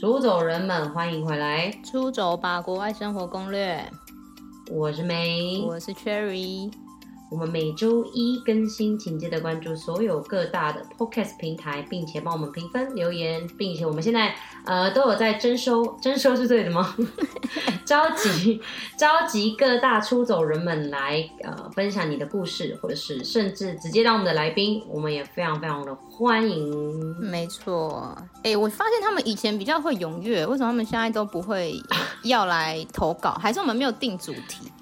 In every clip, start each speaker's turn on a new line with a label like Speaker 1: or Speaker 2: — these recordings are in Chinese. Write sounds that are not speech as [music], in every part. Speaker 1: 出走人们，欢迎回来，
Speaker 2: 《出走吧国外生活攻略
Speaker 1: 我是梅》，。
Speaker 2: 我是 Cherry。
Speaker 1: 我们每周一更新，请记得关注所有各大的 Podcast 平台，并且帮我们评分、留言，并且我们现在呃都有在征收， [laughs] 征收是对的吗？召集 [laughs] 召集各大出走人们来呃分享你的故事，或者是甚至直接当我们的来宾，我们也非常非常的欢迎。
Speaker 2: 没错，哎、我发现他们以前比较会踊跃，为什么他们现在都不会要来投
Speaker 1: [laughs]
Speaker 2: 稿？还是我们没有定主题？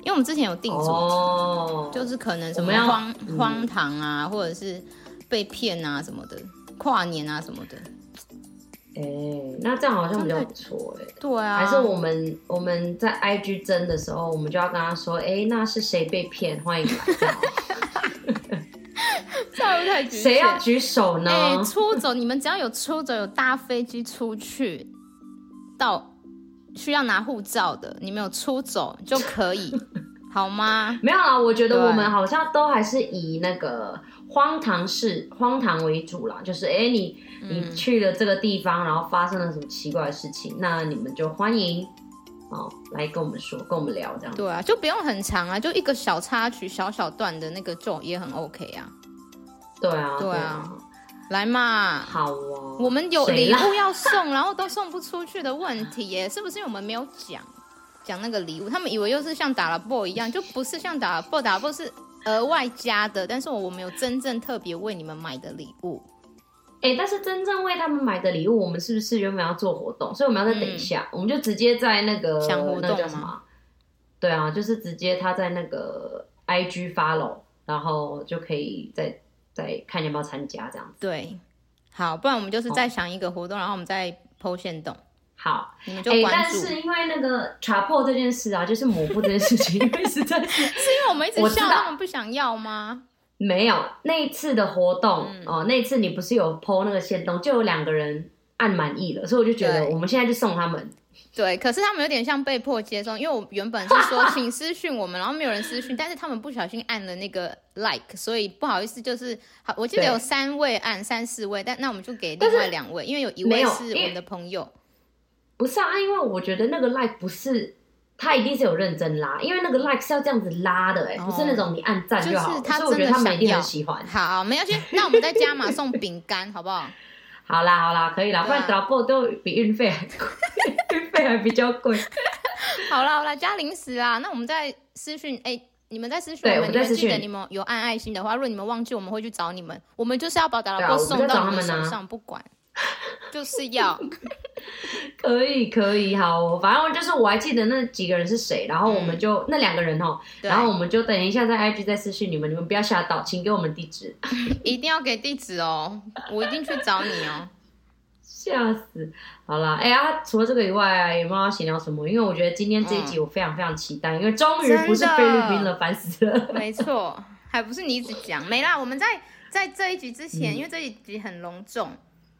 Speaker 2: 因为我们之前有定主题，
Speaker 1: 哦，
Speaker 2: 就是可能什
Speaker 1: 我
Speaker 2: 么
Speaker 1: 们要
Speaker 2: 荒、
Speaker 1: 嗯
Speaker 2: 荒唐啊，或者是被骗啊什么的，跨年啊什么的。
Speaker 1: 哎、那这样好像比较不错哎、
Speaker 2: 对啊，
Speaker 1: 还是我们我们在 IG 争的时候，我们就要跟他说，哎、那是谁被骗？欢迎来，
Speaker 2: [laughs]
Speaker 1: 这样
Speaker 2: 太不太局限
Speaker 1: 谁要举手呢？
Speaker 2: 哎、出走，你们只要有出走，有搭飞机出去，到需要拿护照的，你们有出走就可以，好吗？
Speaker 1: 没有啊，我觉得
Speaker 2: 对
Speaker 1: 我们好像都还是以那个荒唐事、荒唐为主啦。就是哎、你
Speaker 2: 嗯
Speaker 1: 你去了这个地方，然后发生了什么奇怪的事情，那你们就欢迎哦来跟我们说，跟我们聊这样。
Speaker 2: 对啊，就不用很长啊，就一个小插曲、小小段的那个就也很 OK 啊。
Speaker 1: 对啊，
Speaker 2: 对
Speaker 1: 对
Speaker 2: 啊
Speaker 1: 啊，
Speaker 2: 来嘛，
Speaker 1: 好哦。
Speaker 2: 我们有
Speaker 1: 谁
Speaker 2: 礼
Speaker 1: 啦
Speaker 2: 物要送，然后都送不出去的问题耶，是不是因为我们没有讲讲那个礼物？他们以为又是像打了 ball 一样，就不是像打了 ball，打了 ball 是额外加的，但是我们有真正特别为你们买的礼物。
Speaker 1: 哎、但是真正为他们买的礼物，我们是不是原本要做活动？所以我们要再等一下，我们就直接在那个
Speaker 2: 嗯想活动
Speaker 1: 那
Speaker 2: 吗
Speaker 1: 个叫什么啊？对啊，就是直接他在那个 IG follow，然后就可以再再看要不要参加这样子。
Speaker 2: 对，好，不然我们就是再想一个活动，然后我们再剖线动，
Speaker 1: 好，
Speaker 2: 你们就
Speaker 1: 哎、
Speaker 2: 关
Speaker 1: 但
Speaker 2: 注。
Speaker 1: 是因为那个 t r a p o 这件事啊，就是抹布这件事情，因为实在是
Speaker 2: 是因为我们一直
Speaker 1: 我知
Speaker 2: 笑，
Speaker 1: 道
Speaker 2: 他们不想要吗？
Speaker 1: 没有那一次的活动、
Speaker 2: 嗯
Speaker 1: 哦，那一次你不是有 PO 那个线动，就有两个人按满意了，所以我就觉得
Speaker 2: 对
Speaker 1: 我们现在就送他们。
Speaker 2: 对，可是他们有点像被迫接受，因为我原本是 [laughs] 说请私讯我们，然后没有人私讯，但是他们不小心按了那个 like，所以不好意思，就是好，我记得
Speaker 1: 对
Speaker 2: 有三位按三四位，但那我们就给
Speaker 1: 但
Speaker 2: 另
Speaker 1: 是
Speaker 2: 外两位，因为有一
Speaker 1: 没
Speaker 2: 位
Speaker 1: 有
Speaker 2: 是我
Speaker 1: 因为
Speaker 2: 们的朋友，
Speaker 1: 不是啊，因为我觉得那个 like 不是他一定是有认真拉，因为那个 like 是要这样子拉的、哎、
Speaker 2: 哦
Speaker 1: 不是那种你按赞好了，
Speaker 2: 就是他
Speaker 1: 所以我觉
Speaker 2: 真
Speaker 1: 得
Speaker 2: 的
Speaker 1: 他们一定
Speaker 2: 想
Speaker 1: 很
Speaker 2: 要
Speaker 1: 喜欢。
Speaker 2: 好，没有去，那我们再加码送饼干，好不好？
Speaker 1: 好啦好啦，可以啦，
Speaker 2: 对啊
Speaker 1: 不然导购都比运费还贵，运费还比较贵。
Speaker 2: [laughs] 好啦好啦，加零食啊！那我们再私讯，哎、你们在私讯
Speaker 1: 对我
Speaker 2: 我们，
Speaker 1: 们
Speaker 2: 你
Speaker 1: 在
Speaker 2: 们
Speaker 1: 私
Speaker 2: 记
Speaker 1: 讯
Speaker 2: 得你们有按爱心的话，如果你们忘记，我们会去找你们。我们就是要把打
Speaker 1: 对啊
Speaker 2: 老包
Speaker 1: 我们
Speaker 2: 送
Speaker 1: 在找
Speaker 2: 到
Speaker 1: 他
Speaker 2: 你
Speaker 1: 们
Speaker 2: 手
Speaker 1: 啊
Speaker 2: 上，不管，就
Speaker 1: [laughs]
Speaker 2: 是要
Speaker 1: 可以可以，好、哦，反正就是我还记得那几个人是谁，然后我
Speaker 2: 嗯
Speaker 1: 们就、那两个人哦，
Speaker 2: 对
Speaker 1: 然后我们就等一下在 IG 再私讯你们，你们不要吓到，请给我们地址，
Speaker 2: 一定要给地址哦，我一定去找你哦。
Speaker 1: 吓死！好啦，哎、呀、除了这个以外、啊，有没有要闲聊什么？因为我觉得今天这一集我非常非常期待，因为终于不是
Speaker 2: 嗯真的
Speaker 1: 菲律宾了，烦
Speaker 2: [laughs]
Speaker 1: 死 [laughs] 了。
Speaker 2: 没错，还不是你一直讲没啦。我们在在这一局之前，因为这一局很隆重，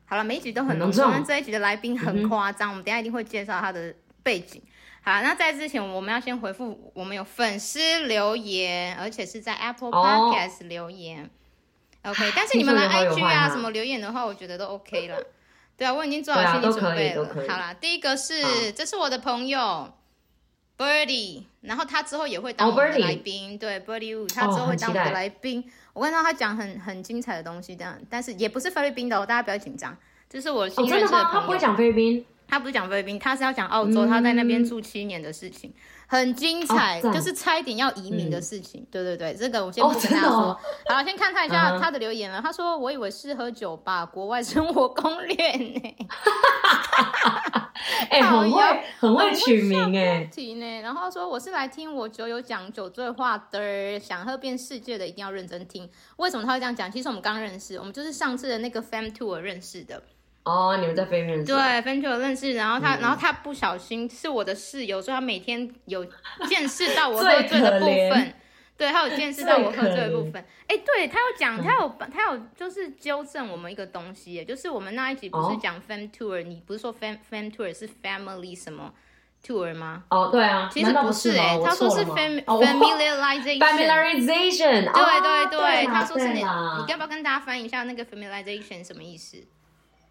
Speaker 2: 好了，每一局都很隆
Speaker 1: 嗯
Speaker 2: 重，
Speaker 1: 很隆重
Speaker 2: 但这一局的来宾很夸张，我们等一下一定会介绍他的背景。好啦，那在之前我们要先回复我们有粉丝留言，而且是在 Apple
Speaker 1: 哦
Speaker 2: Podcast 留言。OK，但是你们来
Speaker 1: 听说有好
Speaker 2: IG
Speaker 1: 有坏
Speaker 2: 啊
Speaker 1: 啊
Speaker 2: 什么留言的话，我觉得都 OK 啦。对啊，我已经做好
Speaker 1: 对啊
Speaker 2: 心理
Speaker 1: 都
Speaker 2: 准
Speaker 1: 可以
Speaker 2: 备
Speaker 1: 都
Speaker 2: 了。
Speaker 1: 可以
Speaker 2: 好啦，第一个是
Speaker 1: 好
Speaker 2: 这是我的朋友 Birdy，然后他之后也会当我们的
Speaker 1: Birdy
Speaker 2: 来宾，对 Birdy Wu，他之后
Speaker 1: 哦
Speaker 2: 会
Speaker 1: 很
Speaker 2: 当我
Speaker 1: 期
Speaker 2: 们
Speaker 1: 待
Speaker 2: 的来宾。我看到他讲很很精彩的东西，但但是也不是菲律宾的、哦，大家不要紧张。这是我
Speaker 1: 哦，
Speaker 2: 新
Speaker 1: 真
Speaker 2: 认
Speaker 1: 的
Speaker 2: 识的
Speaker 1: 吗？他
Speaker 2: 朋
Speaker 1: 不会
Speaker 2: 友，
Speaker 1: 讲菲律宾，
Speaker 2: 他不是讲菲律宾，他是要讲澳洲，
Speaker 1: 嗯
Speaker 2: 他在那边住七年的事情，很精彩，
Speaker 1: 哦赞嗯
Speaker 2: 就是差一点要移民的事情。对对对，这个我先
Speaker 1: 哦
Speaker 2: 不跟大
Speaker 1: 真
Speaker 2: 家
Speaker 1: 的
Speaker 2: 说。
Speaker 1: 哦
Speaker 2: 好了，先看他一下
Speaker 1: 嗯
Speaker 2: 他的留言了。他说：“我以为是喝酒吧，国外生活攻略呢。”
Speaker 1: 哎、
Speaker 2: 好
Speaker 1: 很
Speaker 2: 呀
Speaker 1: 会很
Speaker 2: 哦我
Speaker 1: 会取名哎、
Speaker 2: 题呢，然后说我是来听我酒友讲酒醉话的，想喝遍世界的一定要认真听。为什么他会这样讲？其实我们刚认识，我们就是上次的那个 Fam Tour 认识的。
Speaker 1: 哦，你们在菲律宾是嗯
Speaker 2: 对
Speaker 1: 吧
Speaker 2: ，Fam Tour 认识，然后他，然后他不小心是我的室友，所以他每天
Speaker 1: [laughs]
Speaker 2: 有见识到我喝
Speaker 1: 最
Speaker 2: 醉的部
Speaker 1: 可怜
Speaker 2: 分。对，他有见识到我喝醉的部
Speaker 1: 最嗯
Speaker 2: 分。哎，对他有讲，他有他有就是纠正我们一个东西耶，就是我们那一集不是
Speaker 1: 哦
Speaker 2: 讲 Fam Tour，、你不是说 Fam Fam Tour 是 Family 什么 Tour 吗？
Speaker 1: 哦，对啊，
Speaker 2: 其实
Speaker 1: 难道
Speaker 2: 不
Speaker 1: 是吗
Speaker 2: 哎、
Speaker 1: 我
Speaker 2: 他说
Speaker 1: 错
Speaker 2: 是
Speaker 1: 了吗
Speaker 2: fam、
Speaker 1: 哦
Speaker 2: familiarization。
Speaker 1: familiarization，
Speaker 2: 对
Speaker 1: 哦
Speaker 2: 对对，
Speaker 1: 啦
Speaker 2: 他说是你，
Speaker 1: 对啊
Speaker 2: 你
Speaker 1: 啦
Speaker 2: 要不要跟大家翻译一下那个 familiarization 什么意思？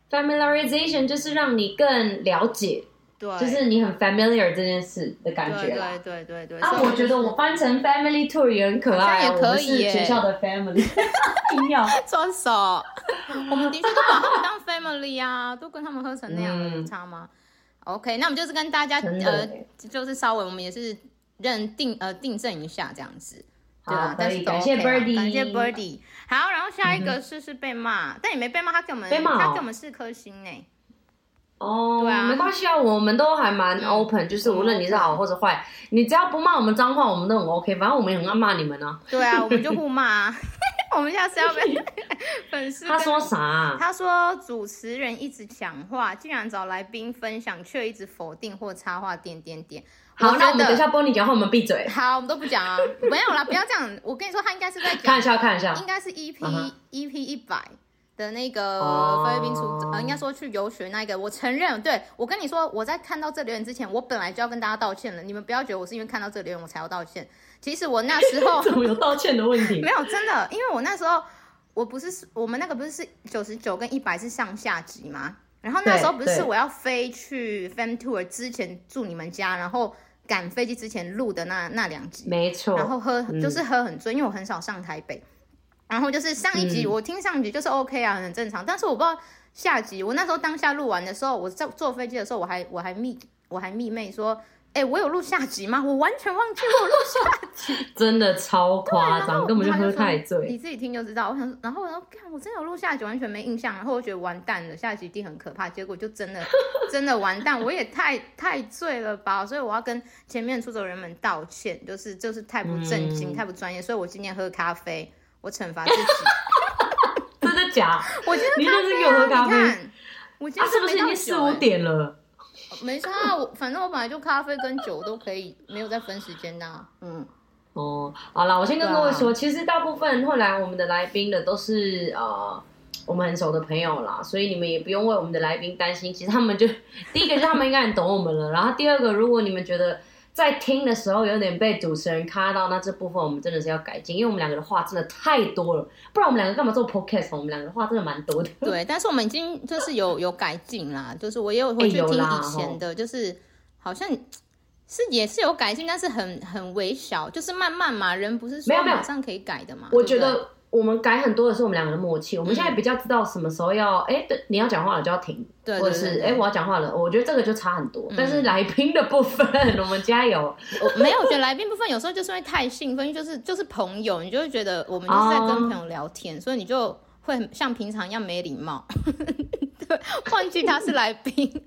Speaker 1: familiarization 就是让你更了解，
Speaker 2: 对，
Speaker 1: 就是你很 familiar 这件事的感觉啦。
Speaker 2: 对对对对对。
Speaker 1: 啊，
Speaker 2: 所以
Speaker 1: 我觉得我翻成 family tour 也很可爱、啊，我
Speaker 2: 好像也可以
Speaker 1: 们是
Speaker 2: 耶
Speaker 1: 学校的 family，硬 [laughs] 要。
Speaker 2: 双手，我们的确都把他们当 family 啊，都跟他们喝成那样的，
Speaker 1: 嗯
Speaker 2: 有差吗？OK，那我们就是跟大家
Speaker 1: 真的
Speaker 2: 呃
Speaker 1: 耶，
Speaker 2: 就是稍微我们也是认定呃定正一下这样子。 [laughs] 对啊
Speaker 1: 好，，
Speaker 2: 但
Speaker 1: 可
Speaker 2: 是
Speaker 1: 以，
Speaker 2: 都
Speaker 1: 感
Speaker 2: OK
Speaker 1: 谢
Speaker 2: 啦
Speaker 1: Birdy，
Speaker 2: 感谢 Birdy。好，然后下一个是是被骂，但也没被骂，他给我们
Speaker 1: 被骂哦
Speaker 2: 他给我们四颗星欸呢。
Speaker 1: 哦，
Speaker 2: 对啊嗯
Speaker 1: 没关系啊，我们都还蛮 open，、就是无论你是好或者坏，你只要不骂我们脏话，我们都很 OK。反正我们也很爱骂你们啊。
Speaker 2: 对啊，我们就互骂 [laughs] 啊。我们下次
Speaker 1: [laughs]
Speaker 2: 要被粉丝
Speaker 1: 他
Speaker 2: 跟
Speaker 1: 说啥、啊
Speaker 2: 他说主持人一直讲话，竟然找来宾分享，却一直否定或插话点点点。
Speaker 1: 好，
Speaker 2: 觉
Speaker 1: 那我们
Speaker 2: 得
Speaker 1: 等一下帮你讲话，我们闭嘴。
Speaker 2: 好，我们都不讲啊，没有啦，不要这样。我跟你说，他应该是在
Speaker 1: 看
Speaker 2: 讲
Speaker 1: [laughs] 一，下，看一下
Speaker 2: 应。该是 E EP、
Speaker 1: [laughs] 嗯哼
Speaker 2: EP 一百的那个
Speaker 1: 哦
Speaker 2: 菲律宾出，呃，应该说去游学那一个。我承认，对我跟你说，我在看到这留言之前，我本来就要跟大家道歉了。你们不要觉得我是因为看到这留言我才要道歉，其实我那时候
Speaker 1: 怎么有道歉的问题
Speaker 2: 没？有真的，因为我那时候我不是我们那个不是是九十九跟一百是上下集吗？然后那
Speaker 1: 对
Speaker 2: 时候不是
Speaker 1: 对
Speaker 2: 我要飞去 Fam Tour 之前住你们家，然后赶飞机之前录的那那两集，
Speaker 1: 没错，
Speaker 2: 然后喝
Speaker 1: 嗯
Speaker 2: 就是喝很醉，因为我很少上台北。然后就是上一集、
Speaker 1: 嗯
Speaker 2: 我听上集就是 OK 啊，很正常。但是我不知道下集，我那时候当下录完的时候，我在坐飞机的时候，我还我还密我还密妹说，哎、我有录下集吗？我完全忘记我有录下集。
Speaker 1: 真的超夸
Speaker 2: 然后
Speaker 1: 张，根本
Speaker 2: 他
Speaker 1: 喝
Speaker 2: 说
Speaker 1: 太醉。
Speaker 2: 你自己听就知道。我想说，然后我说，看我真的有录下集，完全没印象。然后我觉得完蛋了，下集一定很可怕。结果就真
Speaker 1: [laughs]
Speaker 2: 的真的完蛋，我也太太醉了吧。所以我要跟前面出走人们道歉，就是就是太不正经、
Speaker 1: 嗯
Speaker 2: 太不专业。所以我今天喝咖啡，我惩罚
Speaker 1: [laughs]
Speaker 2: 自己。
Speaker 1: 真的假？
Speaker 2: [laughs] 我今
Speaker 1: 你
Speaker 2: 天啊
Speaker 1: 认真给我喝咖啡
Speaker 2: 你看我今
Speaker 1: 啊，
Speaker 2: 天
Speaker 1: 是不是已经四五？点了？
Speaker 2: 欸没差啊，我反正我本来就咖啡跟酒都可以，没有在分时间的啊、嗯，
Speaker 1: 哦，好啦，我先跟各位
Speaker 2: 对
Speaker 1: 说，其实大部分会来我们的来宾的都是呃我们很熟的朋友啦，所以你们也不用为我们的来宾担心。其实他们就第一个就是他们应该很懂我们了，然后第二个，如果你们觉得在听的时候有点被主持人卡到，那这部分我们真的是要改进，因为我们两个的话真的太多了，不然我们两个干嘛做 podcast？我们两个的话真的蛮多的。
Speaker 2: [laughs] 对，但是我们已经就是有有改进啦，就是我也有回去
Speaker 1: 哎有
Speaker 2: 听
Speaker 1: 啦
Speaker 2: 以前的，就是好像是也是有改进，但是很很微小，就是慢慢嘛，人不是
Speaker 1: 没
Speaker 2: 说
Speaker 1: 有没有
Speaker 2: 马上可以改的嘛。
Speaker 1: 我
Speaker 2: 对
Speaker 1: 觉
Speaker 2: 不对
Speaker 1: 得我们改很多的是我们两个的默契，我们现在比较知道什么时候要，哎、对，你要讲话了就要停，
Speaker 2: 对对
Speaker 1: 或者是
Speaker 2: 对
Speaker 1: 哎、
Speaker 2: 对
Speaker 1: 我要讲话了，我觉得这个就差很多。但是来宾的部分，我们加油，
Speaker 2: 我没有我觉得来宾部分有时候就是会太兴奋，就是就是朋友，你就会觉得我们就是在跟
Speaker 1: 哦
Speaker 2: 朋友聊天，所以你就会很像平常一样没礼貌， [laughs] 对，忘记他是来宾。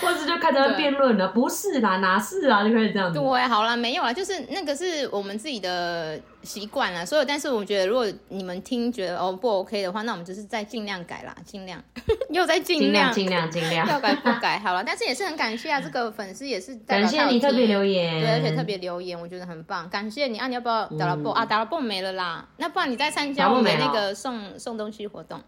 Speaker 1: 或者就开始在辩论了，不是啦，哪是啦，就开始这样子。
Speaker 2: 对，好啦，没有啦，就是那个是我们自己的习惯啦。所以，但是我觉得，如果你们听觉得哦不 OK 的话，那我们就是再尽量改啦，尽量 [laughs] 又在尽
Speaker 1: 尽
Speaker 2: 量
Speaker 1: 量尽量尽量，
Speaker 2: 要改不改好了。但是也是很感谢啊，这个粉丝也是
Speaker 1: 感
Speaker 2: 代表
Speaker 1: 谢
Speaker 2: 他有
Speaker 1: 你特别
Speaker 2: 听
Speaker 1: 留言，
Speaker 2: 对，而且特别留言，我觉得很棒，感谢你啊！你要不要打了蹦、
Speaker 1: 嗯
Speaker 2: 啊？打了蹦没了啦，那不然你再参
Speaker 1: 打
Speaker 2: 加
Speaker 1: 了
Speaker 2: 我
Speaker 1: 蹦
Speaker 2: 们
Speaker 1: 没了
Speaker 2: 那个送送东西活动。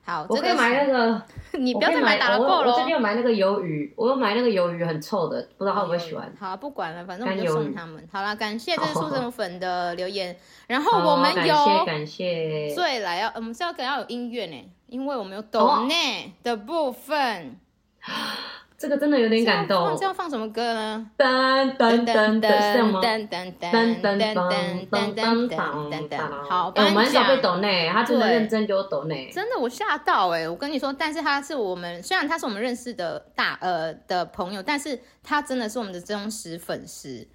Speaker 2: 好，
Speaker 1: 我
Speaker 2: 这
Speaker 1: 可以
Speaker 2: 个
Speaker 1: 买那
Speaker 2: 是
Speaker 1: 个，
Speaker 2: [laughs] 你
Speaker 1: 我
Speaker 2: 不要
Speaker 1: 可以
Speaker 2: 再买打了
Speaker 1: 我
Speaker 2: 蹦
Speaker 1: 我最
Speaker 2: 喽
Speaker 1: 近。有买那个鱿鱼，我有买那个鱿鱼很臭的，不知道他会不会喜欢。
Speaker 2: 嗯好，不管了，反正我们
Speaker 1: 干
Speaker 2: 就
Speaker 1: 鱿
Speaker 2: 送
Speaker 1: 鱼
Speaker 2: 他们。好啦，感谢这
Speaker 1: [laughs] 好
Speaker 2: 是
Speaker 1: 好
Speaker 2: 速
Speaker 1: 好
Speaker 2: 成粉的留言。然后我们
Speaker 1: 感谢
Speaker 2: 有
Speaker 1: 感谢，
Speaker 2: 最来要，我们是要跟要有音乐呢，因为我们有
Speaker 1: 哦
Speaker 2: 抖内的部分。
Speaker 1: 这个真的有点感
Speaker 2: 这要
Speaker 1: 动
Speaker 2: 放这。要放什么歌呢？
Speaker 1: 噔噔噔噔，是吗？
Speaker 2: 噔噔噔
Speaker 1: 噔噔
Speaker 2: 噔
Speaker 1: 噔噔
Speaker 2: 噔噔噔
Speaker 1: 噔
Speaker 2: 噔
Speaker 1: 噔
Speaker 2: 噔。
Speaker 1: 噔，
Speaker 2: 好，
Speaker 1: 哎我们很少
Speaker 2: 颁奖
Speaker 1: 被抖内，他真的认真给我抖内，
Speaker 2: 真的，我吓到哎、我跟你说，但是他是我们虽然他是我们认识的大呃的朋友，但是他真的是我们的忠实粉丝，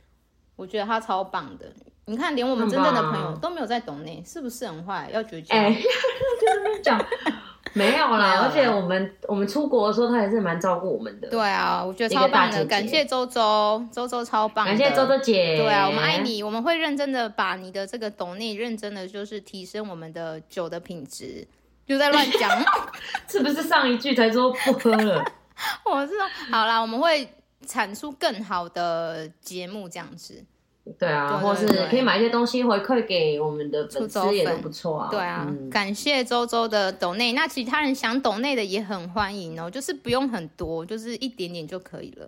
Speaker 2: 我觉得他超棒的。你看，连我们真正的朋
Speaker 1: 很
Speaker 2: 友
Speaker 1: 棒啊
Speaker 2: 都没有在懂内，是不是很坏？要绝交？
Speaker 1: 哎， [laughs] 就是
Speaker 2: [laughs]
Speaker 1: 讲没有
Speaker 2: 没有
Speaker 1: 啦，
Speaker 2: 啦
Speaker 1: 而且我们我们出国的时候，他也是蛮照顾我们的，
Speaker 2: 对啊，我觉
Speaker 1: 一
Speaker 2: 得
Speaker 1: 个
Speaker 2: 超棒
Speaker 1: 大
Speaker 2: 的，
Speaker 1: 姐姐
Speaker 2: 感谢周周，周周超棒的，
Speaker 1: 感谢周周姐，
Speaker 2: 对啊，我们爱，你，我们会认真的把你的这个懂内认真的就是提升我们的酒的品质，就在乱讲。
Speaker 1: 是不是上一句才说不喝了？ [laughs]
Speaker 2: [laughs] 我是说，好啦，我们会产出更好的节目这样子。
Speaker 1: 对啊，或是可以买一些东西回馈给我们的粉丝，也都不错啊，
Speaker 2: 对啊，
Speaker 1: 嗯
Speaker 2: 感谢周周的抖内，那其他人想抖内的也很欢迎哦，就是不用很多，就是一点点就可以了。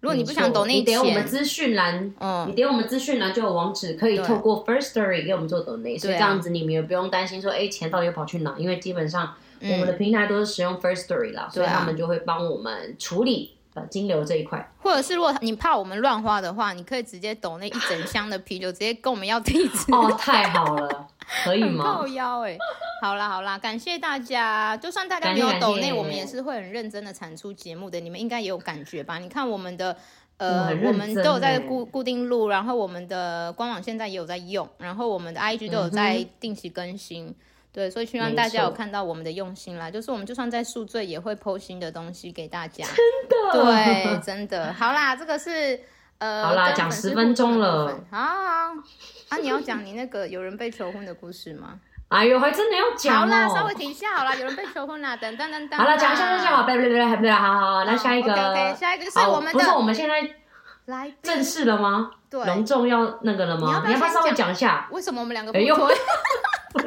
Speaker 2: 如果你不想抖内
Speaker 1: 你点我们
Speaker 2: 钱，
Speaker 1: 资讯栏你
Speaker 2: 嗯，
Speaker 1: 点我们资讯栏就有网址，可以
Speaker 2: 对
Speaker 1: 透过 First Story 给我们做 donate，所以
Speaker 2: 对啊
Speaker 1: 这样子你们也不用担心说，哎、钱到底又跑去哪？因为基本上
Speaker 2: 嗯
Speaker 1: 我们的平台都是使用 First Story 啦，
Speaker 2: 啊
Speaker 1: 所以他们就会帮我们处理呃金流这一
Speaker 2: [laughs]
Speaker 1: 块。
Speaker 2: 或者是如果你怕我们乱花的话，你可以直接抖那一整箱的啤酒，直接跟我们要地址。
Speaker 1: 哦，太好了，可以
Speaker 2: 很
Speaker 1: 吗
Speaker 2: 靠？腰哎、好啦好啦，感谢大家。就算大家没有
Speaker 1: 感谢
Speaker 2: 抖
Speaker 1: 感
Speaker 2: 内，
Speaker 1: 谢
Speaker 2: 我们也是会很认真的产出节目的。你们应该也有感觉吧？你看我们的。
Speaker 1: 我
Speaker 2: 呃
Speaker 1: 很，认
Speaker 2: 我们都有在
Speaker 1: 真欸
Speaker 2: 固固定录，然后我们的官网现在也有在用，然后我们的 IG 都有在定期更新，对，所以希望
Speaker 1: 没
Speaker 2: 大家有
Speaker 1: 错
Speaker 2: 看到我们的用心啦。就是我们就算在宿醉，也会剖新的东西给大家。对，真的。好啦，这个是呃，
Speaker 1: 好啦
Speaker 2: 跟
Speaker 1: 讲
Speaker 2: 粉丝
Speaker 1: 10分钟了
Speaker 2: 互动的部分。好好好啊，你要讲你那个有人被求婚的故事吗？
Speaker 1: 哎呦，还真的要讲
Speaker 2: 好
Speaker 1: 哦。
Speaker 2: 啦，稍微停一下好啦，有人被求婚啦，等等等等。
Speaker 1: 好了，讲一下就好，别别别，还不对，好好好，那下一个，
Speaker 2: OK，下一个就是
Speaker 1: 好
Speaker 2: 我们
Speaker 1: 不是我
Speaker 2: 的
Speaker 1: 们现在
Speaker 2: 来宾
Speaker 1: 正式了吗？
Speaker 2: 对。
Speaker 1: 隆重要那个了
Speaker 2: 你要
Speaker 1: 吗？
Speaker 2: 不要
Speaker 1: 你要不要
Speaker 2: 先
Speaker 1: 稍微
Speaker 2: 讲
Speaker 1: 讲一下？
Speaker 2: 为什么我们两个不
Speaker 1: 哎 [laughs]
Speaker 2: [laughs]
Speaker 1: 呦
Speaker 2: 推？这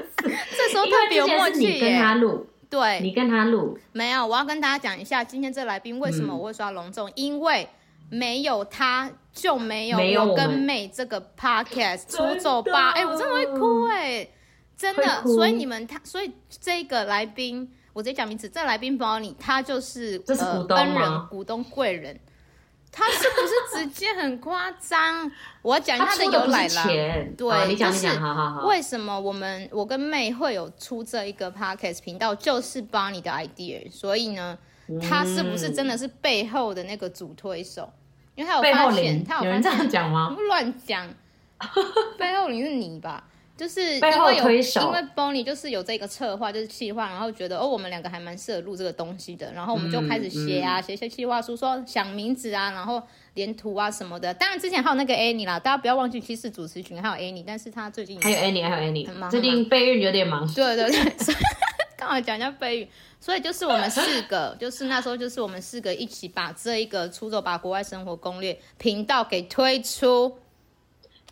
Speaker 2: 时候
Speaker 1: 因
Speaker 2: 特
Speaker 1: 为
Speaker 2: 别有
Speaker 1: 之
Speaker 2: 默
Speaker 1: 前是
Speaker 2: 契
Speaker 1: 你跟他
Speaker 2: 耶。
Speaker 1: 录，
Speaker 2: 对，
Speaker 1: 你跟他录，
Speaker 2: 没有，我要跟大家讲一下，今天这来宾为什么
Speaker 1: 嗯
Speaker 2: 我会说他隆重，因为没有他就没有
Speaker 1: 没有我
Speaker 2: 我跟
Speaker 1: 们
Speaker 2: 妹这个 podcast
Speaker 1: 真的
Speaker 2: 出走吧，哎、我真的会哭哎、真
Speaker 1: 会
Speaker 2: 的，
Speaker 1: 哭
Speaker 2: 所以你们他，所以这个来宾，我直接讲名字，这个来宾包你，他就是
Speaker 1: 这是股东
Speaker 2: 呃、恩人
Speaker 1: 吗、
Speaker 2: 股东、贵人。他是不是直接很夸
Speaker 1: [laughs]
Speaker 2: 张？我要讲一下
Speaker 1: 出
Speaker 2: 由
Speaker 1: 的不
Speaker 2: 来
Speaker 1: 是
Speaker 2: 啦。
Speaker 1: 钱，
Speaker 2: 对
Speaker 1: 好你讲
Speaker 2: 就
Speaker 1: 你
Speaker 2: 是
Speaker 1: 讲，好好好，
Speaker 2: 为什么我们我跟妹会有出这一个 podcast 频道，就是帮你的 idea，所以呢，他是不是真的是背后的那个主推手？因为他有
Speaker 1: 背后
Speaker 2: 发现，
Speaker 1: 领
Speaker 2: 他
Speaker 1: 有
Speaker 2: 有
Speaker 1: 人这
Speaker 2: 发
Speaker 1: 样
Speaker 2: 现，嗯
Speaker 1: 讲吗？
Speaker 2: 不 [laughs] 乱
Speaker 1: [laughs]
Speaker 2: 讲，背后领是你吧？就是因
Speaker 1: 背后
Speaker 2: 为有，
Speaker 1: 推手
Speaker 2: 因为 Bonnie 就是有这个策划，就是企划，然后觉得哦，我们两个还蛮适合录这个东西的，然后我们就开
Speaker 1: 嗯
Speaker 2: 始写啊，写一些企划书，说想名字啊，然后连图啊什么的。当然之前还有那个 Annie 啦，大家不要忘记，其实主持群还有 Annie，但是她最近
Speaker 1: 还有 Annie，还有
Speaker 2: 很忙
Speaker 1: Annie，最近备孕有点忙，
Speaker 2: 对对对， [laughs] 所以刚好讲一下飞宇，所以就是我们四个， [laughs] 就是那时候就是我们四个一起把这一个出走吧国外生活攻略频道给推出，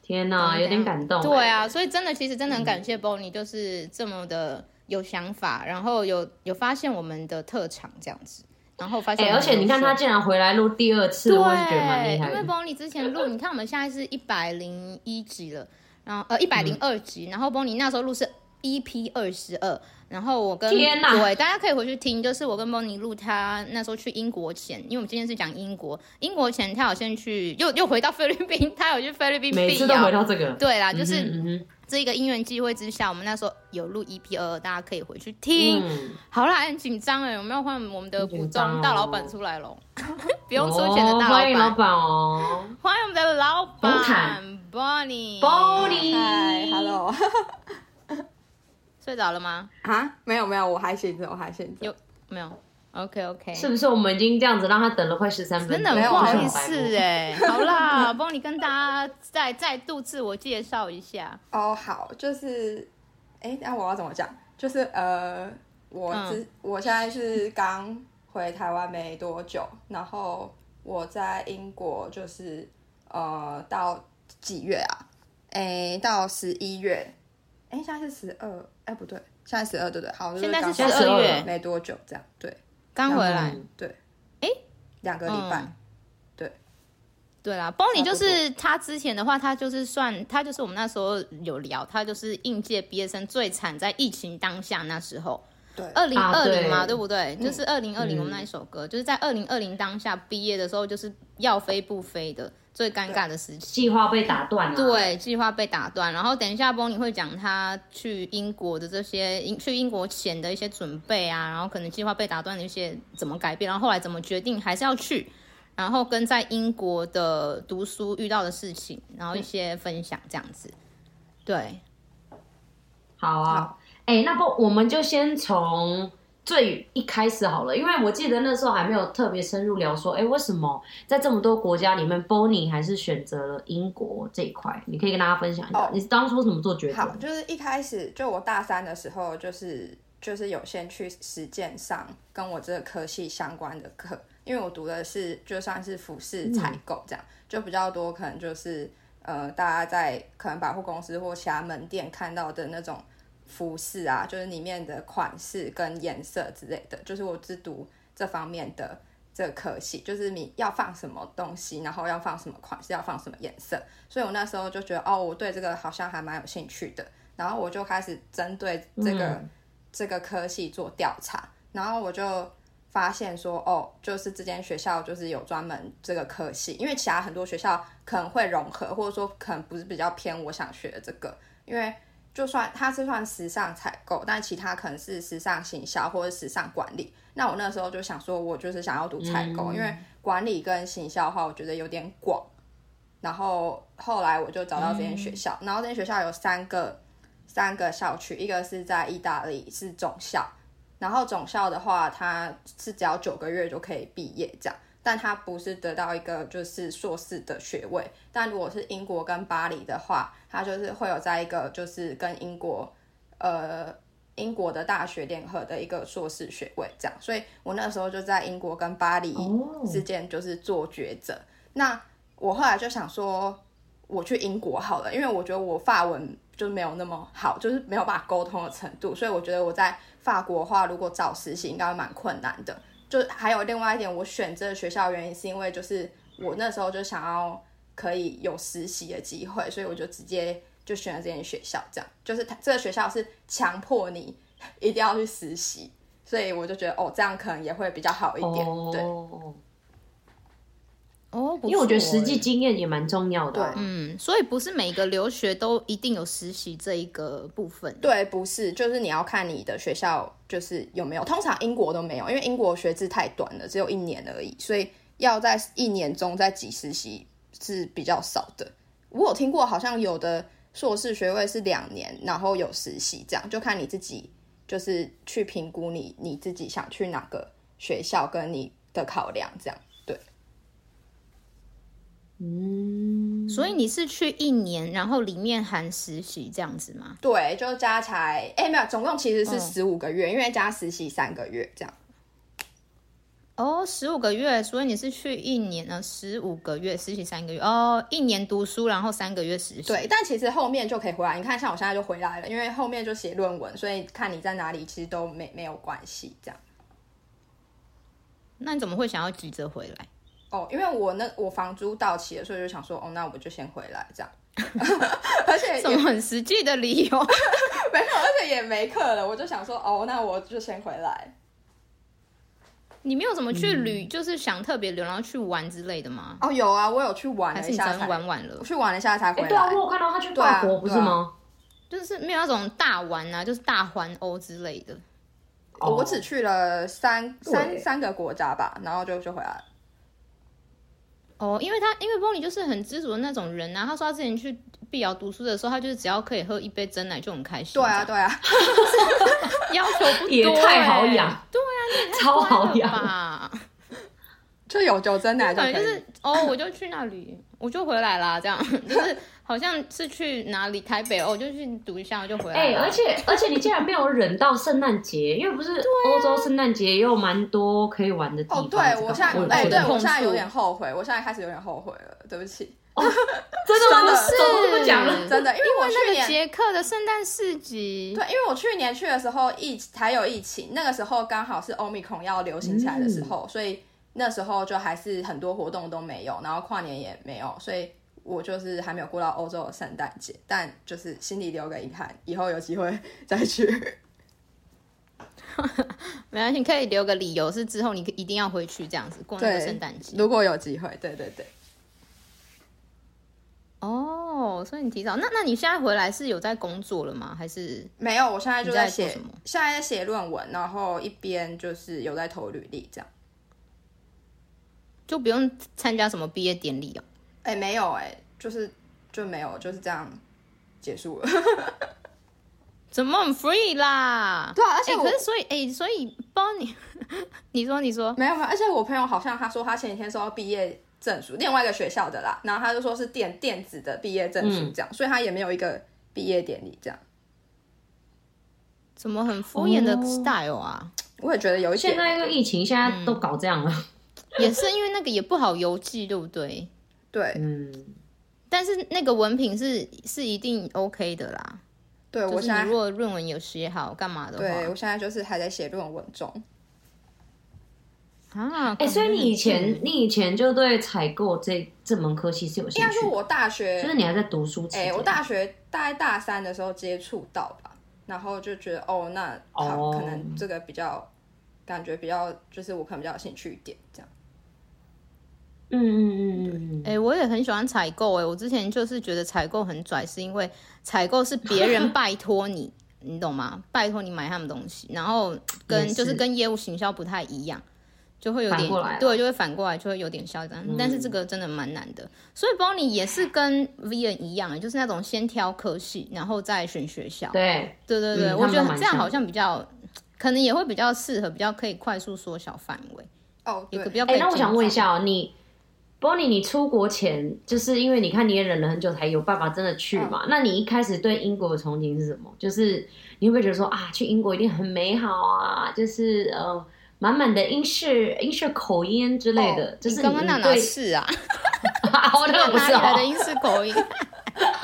Speaker 1: 天哪，有点感动。欸
Speaker 2: 对，啊，所以真的其实真的很感谢 Bonnie，就是这么的有想法，然后有有发现我们的特长这样子，然后发现
Speaker 1: 哎，
Speaker 2: 我们
Speaker 1: 而且你看
Speaker 2: 优秀
Speaker 1: 他竟然回来录第二次，
Speaker 2: 对，
Speaker 1: 我也觉得蛮厉害
Speaker 2: 因
Speaker 1: 的。
Speaker 2: 为 Bonnie 之前录，你看我们现在是一百零一集了，然后呃一百零二集，然后 Bonnie 那时候录是 EP 二十二，然后我跟
Speaker 1: 天哪
Speaker 2: 对大家可以回去听，就是我跟 Bonnie 录他那时候去英国前，因为我们今天是讲英国，英国前他有先去又又回到菲律宾，他有去菲律宾
Speaker 1: 每
Speaker 2: 辟
Speaker 1: 次都回
Speaker 2: 谣。
Speaker 1: 到这个，
Speaker 2: 对啦，就是
Speaker 1: 嗯哼
Speaker 2: 这个因缘机会之下，我们那时候有录 EP 二，大家可以回去
Speaker 1: 嗯
Speaker 2: 听。
Speaker 1: 哼，
Speaker 2: 好啦，很紧张哎，我们要换我们的股
Speaker 1: 很紧张
Speaker 2: 东
Speaker 1: 哦
Speaker 2: 大老板出来喽， [laughs] 不
Speaker 1: 不
Speaker 2: 用出钱的大
Speaker 1: 欢迎
Speaker 2: 老
Speaker 1: 老
Speaker 2: 板。
Speaker 1: 板哦。
Speaker 2: 欢迎我们的老
Speaker 1: 红毯
Speaker 2: 板 Bonnie。
Speaker 1: Bonnie
Speaker 3: 嗨，Hello
Speaker 2: 睡着了吗？
Speaker 3: 啊，没有没有，我还醒着，我还醒着
Speaker 2: 有。没有。OK OK，
Speaker 1: 是不是我们已经这样子让他等了快十三分钟？
Speaker 2: 真的很
Speaker 3: 没有
Speaker 2: 不好
Speaker 3: 我
Speaker 2: 意
Speaker 3: 是
Speaker 2: 思哎、好啦，Bonnie 跟大家再再度自我介绍一下。
Speaker 3: 哦好，就是，哎，那我要怎么讲？就是呃，我
Speaker 2: 嗯
Speaker 3: 之、我现在是刚回台湾没多久，然后我在英国就是呃到几月啊？哎，到十一月。哎，现在是十二，哎不对，现在十二对不对？好，
Speaker 2: 现在是
Speaker 3: 就是刚
Speaker 1: 12
Speaker 2: 月
Speaker 3: 没多久这样，对，
Speaker 2: 刚回来，
Speaker 1: 嗯
Speaker 3: 对，
Speaker 2: 诶，
Speaker 3: 两个礼拜。
Speaker 2: 嗯
Speaker 3: 对
Speaker 2: 对啦，Bonnie
Speaker 3: 差
Speaker 2: 就
Speaker 3: 不多
Speaker 2: 是他之前的话，他就是算他就是我们那时候有聊，他就是应届毕业生最惨在疫情当下那时候，
Speaker 3: 对嗯
Speaker 2: 二零
Speaker 1: 啊
Speaker 2: 二
Speaker 1: 对
Speaker 2: 零嘛，对不对？就是二零二零我们那一首歌，就是在二零二零当下毕业的时候，就是要飞不飞的最尴尬的时期。
Speaker 1: 计划被打断了。，
Speaker 2: 对，计划被打断。然后等一下 Bonnie 会讲他去英国的这些，英去英国前的一些准备啊，然后可能计划被打断的一些怎么改变，然后后来怎么决定还是要去，然后跟在英国的读书遇到的事情，然后一些分享这样子。对，
Speaker 1: 好啊
Speaker 3: 好。
Speaker 1: 哎、那不我们就先从最一开始好了，因为我记得那时候还没有特别深入聊说，哎、为什么在这么多国家里面，Bonnie 还是选择了英国这一块？你可以跟大家分享一下，
Speaker 3: 哦
Speaker 1: 你是当初怎么做决定？
Speaker 3: 好，就是一开始就我大三的时候，就是就是有先去实践上跟我这个科系相关的课，因为我读的是就算是服
Speaker 1: 嗯
Speaker 3: 饰采购这样，就比较多可能就是呃大家在可能百货公司或其他门店看到的那种服饰啊，就是里面的款式跟颜色之类的，就是我只读这方面的。这个科系就是你要放什么东西，然后要放什么款式，要放什么颜色，所以我那时候就觉得哦，我对这个好像还蛮有兴趣的，然后我就开始针对这个、
Speaker 1: 嗯
Speaker 3: 这个科系做调查，然后我就发现说，哦，就是这间学校就是有专门这个科系，因为其他很多学校可能会融合，或者说可能不是比较偏我想学的这个，因为就算它是算时尚采购，但其他可能是时尚行销或者时尚管理。那我那时候就想说，我就是想要读采购，因为管理跟行销的话，我觉得有点广。然后后来我就找到这间学校，然后这间学校有三个三个校区，一个是在意大利是总校，然后总校的话，它是只要九个月就可以毕业这样，但它不是得到一个就是硕士的学位，但如果是英国跟巴黎的话，它就是会有在一个就是跟英国呃英国的大学联合的一个硕士学位这样，所以我那时候就在英国跟巴黎
Speaker 1: 哦
Speaker 3: 之间就是做抉择。那我后来就想说，我去英国好了，因为我觉得我法文就没有那么好，就是没有办法沟通的程度，所以我觉得我在法国的话，如果找实习应该会蛮困难的。就还有另外一点，我选这个学校的原因是因为就是我那时候就想要可以有实习的机会，所以我就直接就选了这间学校。这样就是它这个学校是强迫你一定要去实习，所以我就觉得哦，这样可能也会比较好一点。对，
Speaker 1: 哦，
Speaker 2: 哦，不
Speaker 1: 因为我觉得
Speaker 2: 错
Speaker 1: 实际
Speaker 2: 欸
Speaker 1: 经验也蛮重要的啊、
Speaker 3: 对
Speaker 2: 嗯，所以不是每个留学都一定有实习这一个部分。
Speaker 3: 对，不是，就是你要看你的学校就是有没有。通常英国都没有，因为英国学制太短了，只有一年而已，所以要在一年中再挤实习是比较少的。我有听过，好像有的硕士学位是两年，然后有实习，这样就看你自己，就是去评估你你自己想去哪个学校跟你的考量这样。对，
Speaker 1: 嗯，
Speaker 2: 所以你是去一年，然后里面含实习这样子吗？
Speaker 3: 对，就加起来，哎，没有，总共其实是
Speaker 2: 嗯
Speaker 3: 十五个月，因为加实习三个月这样。
Speaker 2: 哦，十五个月，所以你是去一年呢，十五个月实习三个月，哦，一年读书，然后三个月实习。
Speaker 3: 对，但其实后面就可以回来。你看，像我现在就回来了，因为后面就写论文，所以看你在哪里其实都没没有关系这样。
Speaker 2: 那你怎么会想要急着回来？
Speaker 3: 哦，因为我那我房租到期了，所以就想说，哦，那我就先回来这样。 [laughs] 而 [laughs] 且
Speaker 2: 什
Speaker 3: 也
Speaker 2: 么很实际的理由？ [laughs]
Speaker 3: 没有，而且也没课了，我就想说，哦，那我就先回来。
Speaker 2: 你没有怎么去
Speaker 3: 嗯
Speaker 2: 旅，就是想特别留，然后去玩之类的吗？
Speaker 3: 哦，有啊，我有去玩
Speaker 2: 还
Speaker 3: 了
Speaker 2: 是
Speaker 3: 一
Speaker 2: 你
Speaker 3: 下
Speaker 2: 早
Speaker 3: 才
Speaker 2: 上，玩晚了
Speaker 3: 我？去玩了一下才回
Speaker 1: 哎、
Speaker 3: 来。
Speaker 1: 对啊，我有看到他去法
Speaker 3: 对
Speaker 1: 国、
Speaker 3: 啊
Speaker 1: 不是吗？
Speaker 2: 就是没有那种大玩啊，就是大环欧之类的。
Speaker 3: 哦我只去了三三
Speaker 1: 对
Speaker 3: 三个国家吧，然后就就回来了。
Speaker 2: 哦，因为他因为 Bonnie 就是很知足的那种人啊。他说他之前去碧瑶读书的时候，他就是只要可以喝一杯真奶就很开心。
Speaker 3: 对啊，，对啊， [laughs]
Speaker 2: 要求不多、欸
Speaker 1: 也太好养，
Speaker 2: 对
Speaker 1: 超好
Speaker 2: 呀
Speaker 1: 养。
Speaker 2: 吧？
Speaker 3: 就有酒真奶就
Speaker 2: 感
Speaker 3: 可以
Speaker 2: 觉
Speaker 3: 了。
Speaker 2: 就是哦，我就去那里，我就回来啦，这样 [laughs] 就是好像是去哪里台北，哦，我就去读一下，我就回来
Speaker 1: 哎、
Speaker 3: 啊
Speaker 2: 了。
Speaker 1: 而且而且你竟然没有忍到圣诞节，因为不是欧洲圣诞节也有蛮多可以玩的地方。
Speaker 3: 哦，对
Speaker 1: 这个
Speaker 3: 我现在
Speaker 1: 有
Speaker 3: 哎，
Speaker 1: 觉
Speaker 3: 对
Speaker 1: 得
Speaker 2: 碰
Speaker 3: 我现在有
Speaker 2: 触
Speaker 3: 点后悔，我现在开始有点后悔了，对不起，
Speaker 1: 真的吗？
Speaker 3: 真的
Speaker 1: 怎么都不讲了。
Speaker 3: 真的，因为我去
Speaker 2: 嗯那个
Speaker 3: 年
Speaker 2: 捷克的圣诞市集，
Speaker 3: 对，因为我去年去的时候疫还有疫情，那个时候刚好是欧米孔要流行起来的
Speaker 2: 嗯
Speaker 3: 时候，所以那时候就还是很多活动都没有，然后跨年也没有，所以我就是还没有过到欧洲的圣诞节，但就是心里留个遗憾，以后有机会 [laughs]
Speaker 2: [laughs]
Speaker 3: 再去。
Speaker 2: 没关系，你可以留个理由，是之后你一定要回去这样子过那个
Speaker 3: 对，
Speaker 2: 圣诞节。
Speaker 3: 如果有机会，对对对。
Speaker 2: 哦，所以你提早，那那你现在回来是有在工作了吗？还是
Speaker 3: 没有，我现在就
Speaker 2: 你在
Speaker 3: 写
Speaker 2: 做什么，
Speaker 3: 现在在写论文，然后一边就是有在投履历这样。
Speaker 2: 就不用参加什么毕业典礼哦？
Speaker 3: 哎、没有哎、就是就没有，就是这样结束了。 [laughs]
Speaker 2: 怎么很 free 啦？
Speaker 3: 对啊而且
Speaker 2: 哎
Speaker 3: 我
Speaker 2: 可是所以哎、所以帮你， [laughs] 你说你说，
Speaker 3: 没有没啊有，而且我朋友好像他说他前几天收到毕业证书，另外一个学校的啦，然后他就说是电电子的毕业证书
Speaker 1: 嗯
Speaker 3: 这样，所以他也没有一个毕业典礼这样。
Speaker 2: 怎么很敷衍的
Speaker 1: 哦
Speaker 2: style 啊？
Speaker 3: 我也觉得有一
Speaker 1: 现
Speaker 3: 点，
Speaker 1: 在因为疫情，现在都搞这样了。
Speaker 2: 也是因为那个也不好邮寄，对不对？
Speaker 3: 对
Speaker 1: 嗯，
Speaker 2: 但是那个文凭是是一定 OK 的啦。
Speaker 3: 对，我
Speaker 2: 就是
Speaker 3: 现在
Speaker 2: 你如果论文有写好干嘛的
Speaker 1: 哎
Speaker 3: 对我
Speaker 2: 话，
Speaker 3: 现在就是还在写论文中。
Speaker 2: 啊，
Speaker 1: [laughs] 哎、所以你以
Speaker 2: 感觉很
Speaker 1: 前你以前就对采购这这门科系是有兴
Speaker 3: 应该
Speaker 1: 趣
Speaker 3: 说
Speaker 1: 的，
Speaker 3: 啊我大学
Speaker 1: 就是你还在读书期
Speaker 3: 哎、
Speaker 1: 间。
Speaker 3: 我大学大概大三的时候接触到吧，然后就觉得哦，那他
Speaker 1: 哦
Speaker 3: 可能这个比较、感觉比较，就是我可能比较有兴趣一点这样。
Speaker 1: 嗯嗯嗯嗯
Speaker 2: 哎、我也很喜欢采购哎，我之前就是觉得采购很拽，是因为采购是别人拜托你，你懂吗？拜托你买他们东西，然后跟
Speaker 1: 也
Speaker 2: 就是是跟业务行销不太一样，就会有
Speaker 1: 反
Speaker 2: 点
Speaker 1: 过来了
Speaker 2: 对，就会反过来就会有点嚣张，
Speaker 3: 嗯
Speaker 2: 但是这个真的蛮难的。所以 Bonnie 也是跟 Vian 一样，欸就是那种先挑科系，然后再选学校
Speaker 1: 嗯，。对，
Speaker 2: 对对对，
Speaker 1: 嗯
Speaker 2: 我
Speaker 1: 他们
Speaker 2: 觉
Speaker 1: 都
Speaker 2: 得
Speaker 1: 蛮
Speaker 2: 这样
Speaker 1: 像
Speaker 2: 好像比较，可能也会比较适合，比较可以快速缩小范围，
Speaker 3: 哦，
Speaker 2: 一
Speaker 3: 对
Speaker 2: 个，比较可
Speaker 1: 哎、
Speaker 2: 以。
Speaker 1: 那我想问一，下哦，你 Bonnie，你出国前，就是因为你看你也忍了很久才有办法真的去嘛？那你一开始对英国的憧憬是什么？就是你会不会觉得说啊，去英国一定很美好啊？就是呃，满满的英式英式口音之类的，
Speaker 3: 哦
Speaker 1: 就是
Speaker 2: 你
Speaker 1: 你
Speaker 2: 刚刚那
Speaker 1: 你
Speaker 2: 哪
Speaker 1: 对， [laughs]
Speaker 2: 是啊？
Speaker 1: 哦，
Speaker 2: [laughs]
Speaker 1: 那个不是
Speaker 2: 哪里来的
Speaker 1: 哦。
Speaker 2: 英式口音？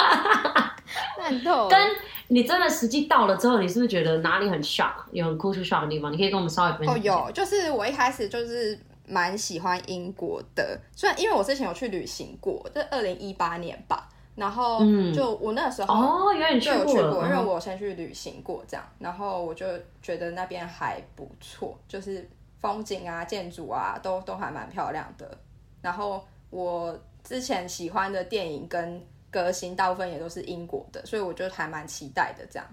Speaker 2: [laughs] 烂透了！
Speaker 1: 跟你真的实际到了之后，你是不是觉得哪里很 shock，有很 culture shock 的地方？你可以跟我们稍微分享
Speaker 3: 哦，
Speaker 1: 一下。
Speaker 3: 有，就是我一开始就是蛮喜欢英国的，虽然因为我之前有去旅行过，这二零一八年吧，然后
Speaker 1: 嗯
Speaker 3: 就我那时候、
Speaker 1: 哦，原来你去
Speaker 3: 对，我去
Speaker 1: 过了，
Speaker 3: 过，因为
Speaker 1: 嗯
Speaker 3: 我先去旅行过这样，然后我就觉得那边还不错，就是风景啊、建筑啊都都还蛮漂亮的。然后我之前喜欢的电影跟歌星大部分也都是英国的，所以我就还蛮期待的这样。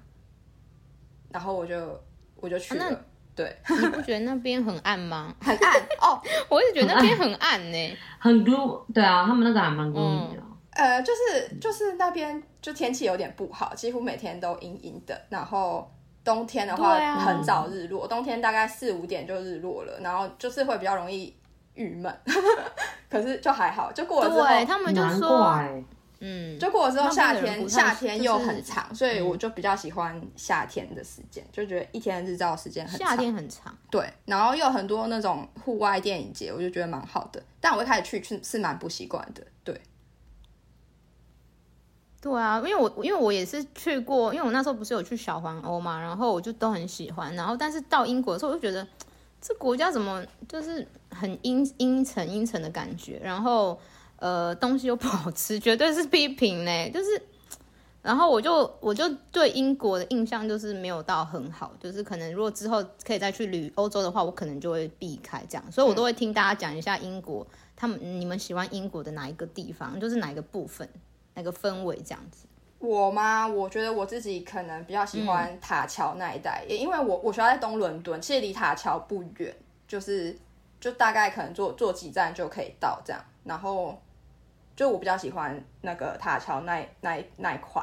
Speaker 3: 然后我就我就去了，
Speaker 2: 啊
Speaker 3: 对，
Speaker 2: 你不觉得那边很
Speaker 1: [laughs]
Speaker 2: 暗吗？
Speaker 3: 很暗哦，
Speaker 2: 我也觉得那边很暗呢、
Speaker 1: 很 gloomy，对啊，他们那个还蛮 gloomy 的。
Speaker 3: 呃，就是就是那边就天气有点不好，几乎每天都阴阴的。然后冬天的话
Speaker 2: 对啊
Speaker 3: 很早日落，冬天大概四五点就日落了，然后就是会比较容易郁闷。 [laughs] 可是就还好，就过了
Speaker 2: [laughs]
Speaker 3: 之
Speaker 2: 对
Speaker 3: 后，
Speaker 2: 他们就
Speaker 1: 难
Speaker 2: 说，
Speaker 1: 怪，
Speaker 2: 嗯，
Speaker 3: 就过了之后夏
Speaker 2: 那边的人
Speaker 3: 天
Speaker 2: 不太
Speaker 3: 夏天又很长，所以
Speaker 2: 嗯
Speaker 3: 我就比较喜欢夏天的时间，就觉得一天的日照时间很长。
Speaker 2: 夏天很长，
Speaker 3: 对，然后又有很多那种户外电影节，我就觉得蛮好的。但我一开始去是是蛮不习惯的，对，
Speaker 2: 对啊，因为我因为我也是去过，因为我那时候不是有去小黄欧嘛，然后我就都很喜欢，然后但是到英国的时候，我就觉得这国家怎么就是很阴阴沉阴沉的感觉，然后呃东西又不好吃，绝对是批评嘞，就是，然后我就我就对英国的印象就是没有到很好，就是可能如果之后可以再去旅欧洲的话，我可能就会避开这样，所以我都会听大家讲一下英国，他们你们喜欢英国的哪一个地方，就是哪一个部分。那个氛围这样子。
Speaker 3: 我吗？我觉得我自己可能比较喜
Speaker 2: 嗯
Speaker 3: 欢塔桥那一带，也因为我我学校在东伦敦，其实离塔桥不远，就是就大概可能坐坐几站就可以到这样。然后就我比较喜欢那个塔桥那那那一块，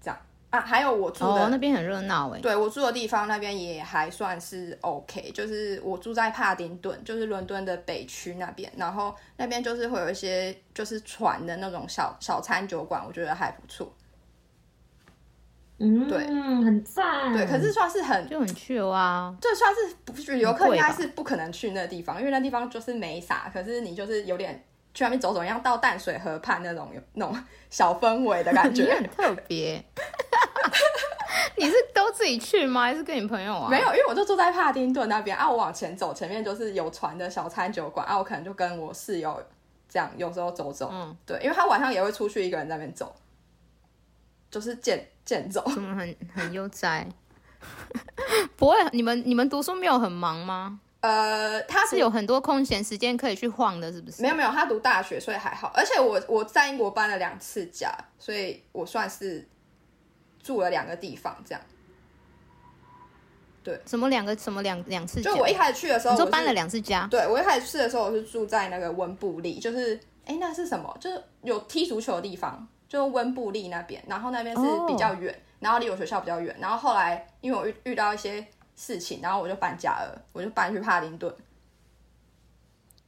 Speaker 3: 这样啊，还有我住的、
Speaker 2: 哦，那边很热闹哎。
Speaker 3: 对我住的地方那边也还算是 OK，就是我住在帕丁顿，就是伦敦的北区那边，然后那边就是会有一些就是船的那种小小餐酒馆，我觉得还不错。
Speaker 1: 嗯，
Speaker 3: 对
Speaker 1: 很赞。
Speaker 2: 嗯
Speaker 3: 对，可是算是很，
Speaker 2: 就很 chill 啊，
Speaker 3: 这算是不旅游
Speaker 2: 很
Speaker 3: 客
Speaker 2: 贵
Speaker 3: 应
Speaker 2: 吧
Speaker 3: 该是不可能去那地方，因为那地方就是没啥。可是你就是有点去那边走走，像到淡水河畔那种有那种小氛围的
Speaker 2: [laughs]
Speaker 3: 感
Speaker 2: 你
Speaker 3: 觉
Speaker 2: 很。特
Speaker 3: [laughs]
Speaker 2: 别。你是都自己去吗？还是跟你朋友啊？
Speaker 3: 没有，，因为我就住在帕丁顿那边啊，我往前走，前面就是有船的小餐酒馆啊，我可能就跟我室友这样，有时候走走，
Speaker 2: 嗯，
Speaker 3: 对，因为他晚上也会出去一个人在那边走，就是健健走。
Speaker 2: 怎么很很悠哉？不会，你们你们读书没有很忙吗？
Speaker 3: 呃，他
Speaker 2: 是有很多空闲时间可以去晃的，是不是？
Speaker 3: 没有没有，他读大学，所以还好。而且我我在英国搬了两次家，所以我算是住了两个地方这样。
Speaker 2: 什么两个什么两两次家？
Speaker 3: 就我一开始去的时候，
Speaker 2: 你说
Speaker 3: 我是
Speaker 2: 搬了两次家，
Speaker 3: 对我一开始去的时候，我是住在那个温布利，就是哎那是什么？就是有踢足球的地方，就温布利那边。然后那边是
Speaker 2: 哦
Speaker 3: 比较远然后离我学校比较远。然后后来因为我遇遇到一些事情，然后我就搬家了，我就搬去帕丁顿。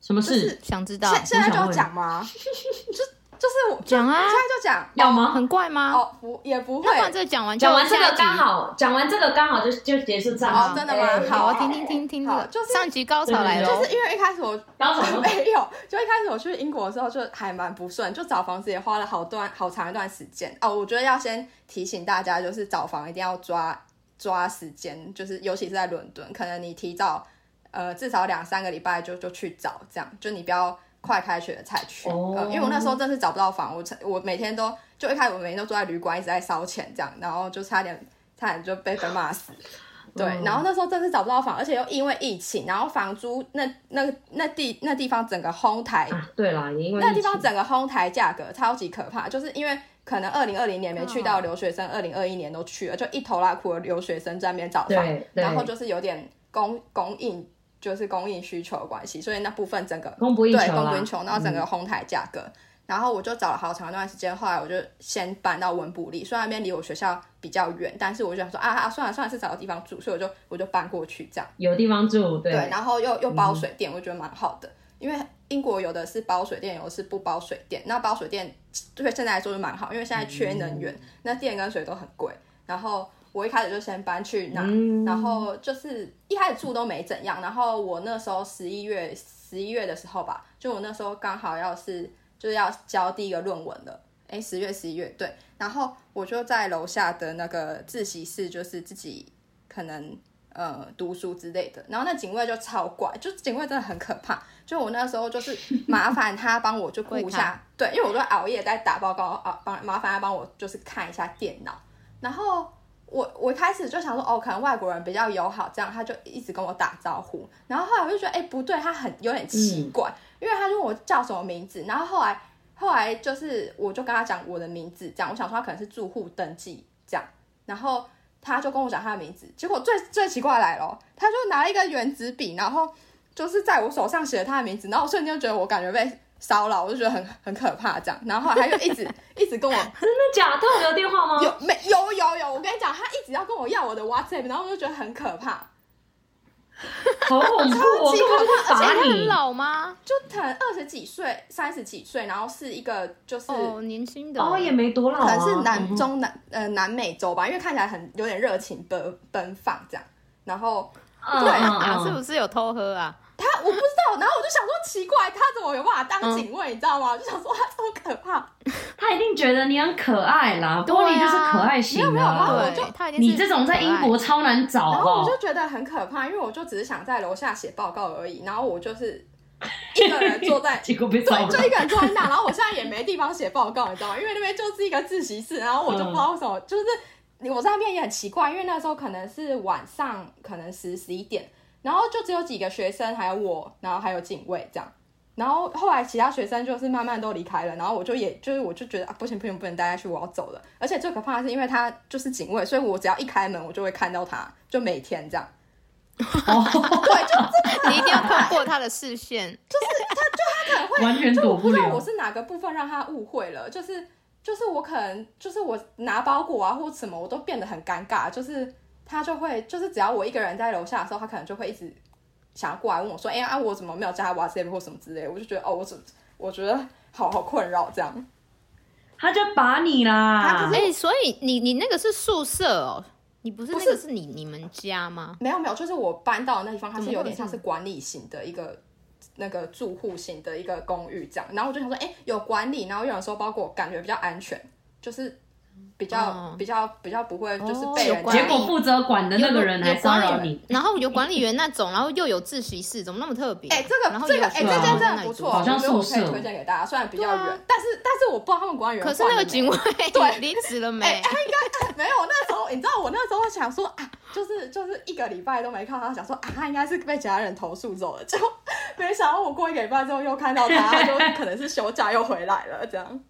Speaker 1: 什么
Speaker 3: 就
Speaker 1: 事
Speaker 3: 是？
Speaker 2: 想知道
Speaker 3: 现现在就
Speaker 1: 想
Speaker 3: 要
Speaker 1: 问
Speaker 3: 讲吗？就就是我现
Speaker 2: 讲啊，
Speaker 3: 在就讲
Speaker 1: 要吗？
Speaker 2: 很怪吗？
Speaker 3: 哦，不也不会
Speaker 2: 那。不然这讲完就
Speaker 1: 讲完这
Speaker 2: 下
Speaker 1: 个
Speaker 2: 一集
Speaker 1: 刚好，讲完这个刚好就就结束这样
Speaker 3: 哦
Speaker 1: 子。
Speaker 3: 真的吗
Speaker 1: 哎
Speaker 2: 好，
Speaker 3: 好
Speaker 2: 听听听听这
Speaker 3: 好
Speaker 2: 个
Speaker 3: 就是
Speaker 2: 上集高潮来了，哎
Speaker 3: 就是因为一开始我
Speaker 1: 高潮
Speaker 3: [laughs] 没有，就一开始我去英国的时候就还蛮不顺，就找房子也花了好段好长一段时间哦。我觉得要先提醒大家，就是找房一定要抓抓时间，就是尤其是在伦敦，可能你提早呃至少两三个礼拜就就去找，这样就你不要快开学了才去。
Speaker 1: 哦
Speaker 3: 呃，因为我那时候真是找不到房，我才我每天都就一开始我每天都住在旅馆，一直在烧钱这样，然后就差点。差点就被被骂死。对，然后那时候真是找不到房，而且又因为疫情，然后房租那那那地那地方整个哄抬，
Speaker 1: 啊，对啦，也因为
Speaker 3: 那
Speaker 1: 疫
Speaker 3: 地方
Speaker 1: 情
Speaker 3: 整个哄抬价格超级可
Speaker 1: 嗯
Speaker 3: 怕，就是因为可能二零二零年没去到
Speaker 2: 哦
Speaker 3: 留学生，二零二一年都去了，就一头拉苦的留学生在那边找房
Speaker 1: 对，对
Speaker 3: 然后就是有点供供应就是供应需求的关系，所以那部分整个
Speaker 1: 供不应
Speaker 3: 对
Speaker 1: 求
Speaker 3: 供
Speaker 1: 啦嗯
Speaker 3: 不应求，然后整个哄抬价格。然后我就找了好长一段时间，后来我就先搬到文布利，虽然那边离我学校比较远，但是我就想说啊啊，算了算了，是找个地方住，所以我就我就搬过去这样。
Speaker 1: 有地方住，对，嗯
Speaker 3: 对，然后又又包水电，我觉得蛮好的，因为英国有的是包水电，有的是不包水电。那包水电对现在来说就蛮好，因为现在缺能
Speaker 1: 嗯
Speaker 3: 源，那电跟水都很贵。然后我一开始就先搬去那，
Speaker 1: 嗯
Speaker 3: 然后就是一开始住都没怎样。然后我那时候十一月十一月的时候吧，就我那时候刚好要是就是要交第一个论文了。哎，十月十一月对，然后我就在楼下的那个自习室，就是自己可能呃读书之类的。然后那警卫就超怪，就警卫真的很可怕。就我那时候就是麻烦他帮我就顾一
Speaker 2: 会看
Speaker 3: 下，对，因为我都熬夜在打报告啊，帮麻烦他帮我就是看一下电脑。然后我我一开始就想说，哦，可能外国人比较友好，这样他就一直跟我打招呼。然后后来我就觉得，哎，不对，他很有点奇怪，因为他就问我叫什么名字，然后后来后来就是我就跟他讲我的名字，这样我想说他可能是住户登记这样，然后他就跟我讲他的名字，结果最最奇怪来了，他就拿了一个圆珠笔，然后就是在我手上写了他的名字，然后我瞬间就觉得我感觉被骚扰，我就觉得很很可怕这样，然后后来他就一直一直跟我
Speaker 1: 真的假的？他有留电话吗？
Speaker 3: 有没有有有，我跟你讲，他一直要跟我要我的 WhatsApp，然后我就觉得很可怕，
Speaker 1: 好恐怖哦！
Speaker 3: 超级可怕
Speaker 1: 干嘛
Speaker 2: 他
Speaker 1: 不打
Speaker 2: 很
Speaker 1: 你，
Speaker 2: 老吗？
Speaker 3: 就可能二十几岁、三十几岁，然后是一个就是。
Speaker 2: 哦，年轻的
Speaker 1: 哦，也没多老、
Speaker 3: 可
Speaker 1: 啊，
Speaker 3: 能是南
Speaker 1: 嗯
Speaker 3: 中南呃南美洲吧，因为看起来很有点热情奔奔放这样。然后
Speaker 1: 嗯
Speaker 3: 对
Speaker 1: 嗯
Speaker 2: 啊，
Speaker 1: 嗯
Speaker 2: 是不是有偷喝啊？
Speaker 3: 他我不知道，然后我就想说奇怪，他怎么有办法当警卫，你知道吗？我就想说他这么可怕，
Speaker 1: 他一定觉得你很可爱啦，
Speaker 2: 对
Speaker 1: 玻
Speaker 2: 啊
Speaker 1: 璃就是可爱型的、
Speaker 3: 没有没有没有我哦就
Speaker 2: 对，他已经是
Speaker 1: 你这种在英
Speaker 2: 可
Speaker 1: 国超难找，哦
Speaker 3: 然
Speaker 1: 好不
Speaker 3: 后我
Speaker 1: 好
Speaker 3: 就？觉得很可怕，因为我就只是想在楼下写报告而已，然后我就是一个人坐在
Speaker 1: [laughs] 结果被找
Speaker 3: 对，
Speaker 1: 到
Speaker 3: 就，一个人坐在那，然后我现在也没地方写报告，你知道吗？因为那边就是一个自习室，然后我就不知道为什么，就是我在那边也很奇怪，因为那时候可能是晚上，可能十十一点，然后就只有几个学生，还有我，然后还有警卫这样。然后后来其他学生就是慢慢都离开了，然后我就也就是我就觉得啊不行不行不能待下去，我要走了。而且最可怕的是，因为他就是警卫，所以我只要一开门，我就会看到他，就每天这样。
Speaker 1: 哦，
Speaker 3: 对，就
Speaker 2: 爱你一定要透过他的视
Speaker 3: [laughs]
Speaker 2: 线。
Speaker 1: 完全躲
Speaker 3: 不知道
Speaker 1: 了
Speaker 3: 我。是哪个部分让他误会了，就是就是我可能就是我拿包裹啊或什么，我都变得很尴尬，就是他就会就是只要我一个人在楼下的时候，他可能就会一直想要过来问我说，哎、呀、啊，我怎么没有加 WhatsApp 或什么之类的，我就觉得哦，我怎我觉得好好困扰这样。
Speaker 1: 他就把你
Speaker 3: 啊
Speaker 1: 啦，
Speaker 2: 哎，所以你你那个是宿舍哦，你不是那个是你你们家吗？
Speaker 3: 没有没有，就是我搬到的那地方，它
Speaker 2: 怎
Speaker 3: 是
Speaker 2: 么
Speaker 3: 有
Speaker 2: 会
Speaker 3: 点像是管理型的一个那个住户型的一个公寓这样。然后我就想说，哎、有管理，然后又有收包裹，感觉比较安全，就是比较、
Speaker 2: 哦
Speaker 3: 比较比较不会就是
Speaker 2: 哦
Speaker 3: 被
Speaker 2: 有
Speaker 3: 人家
Speaker 2: 管理
Speaker 1: 结果负责管的那个人还骚扰你，
Speaker 2: 然后有管理员那种，然后又有自习室，怎么那么特别？
Speaker 3: 哎、这
Speaker 2: 然
Speaker 3: 个
Speaker 2: 后
Speaker 3: 这
Speaker 2: 也
Speaker 3: 个
Speaker 2: 有
Speaker 3: 哎、
Speaker 2: 学
Speaker 3: 这
Speaker 2: 生在
Speaker 3: 间真
Speaker 2: 那
Speaker 3: 的
Speaker 2: 里
Speaker 3: 不
Speaker 2: 住
Speaker 3: 错，
Speaker 1: 好像
Speaker 3: 我觉得我
Speaker 1: 宿
Speaker 3: 可以
Speaker 1: 舍
Speaker 3: 推荐给大家。虽然比较
Speaker 2: 对啊
Speaker 3: 远，但是但是我不知道他们管理员
Speaker 2: 可是
Speaker 3: 换
Speaker 2: 那个
Speaker 3: 了没
Speaker 2: 警卫
Speaker 3: [laughs] 对
Speaker 2: 离职了
Speaker 3: 哎、
Speaker 2: 没？
Speaker 3: 他应该没有。那时候 [laughs] 你知道，我那时候想说啊，就是就是一个礼拜都没看到他，想说啊，他应该是被其他人投诉走了。就没想到我过一个礼拜之后又看
Speaker 2: [laughs]
Speaker 3: 到他，他就可能是休假又回来了这样。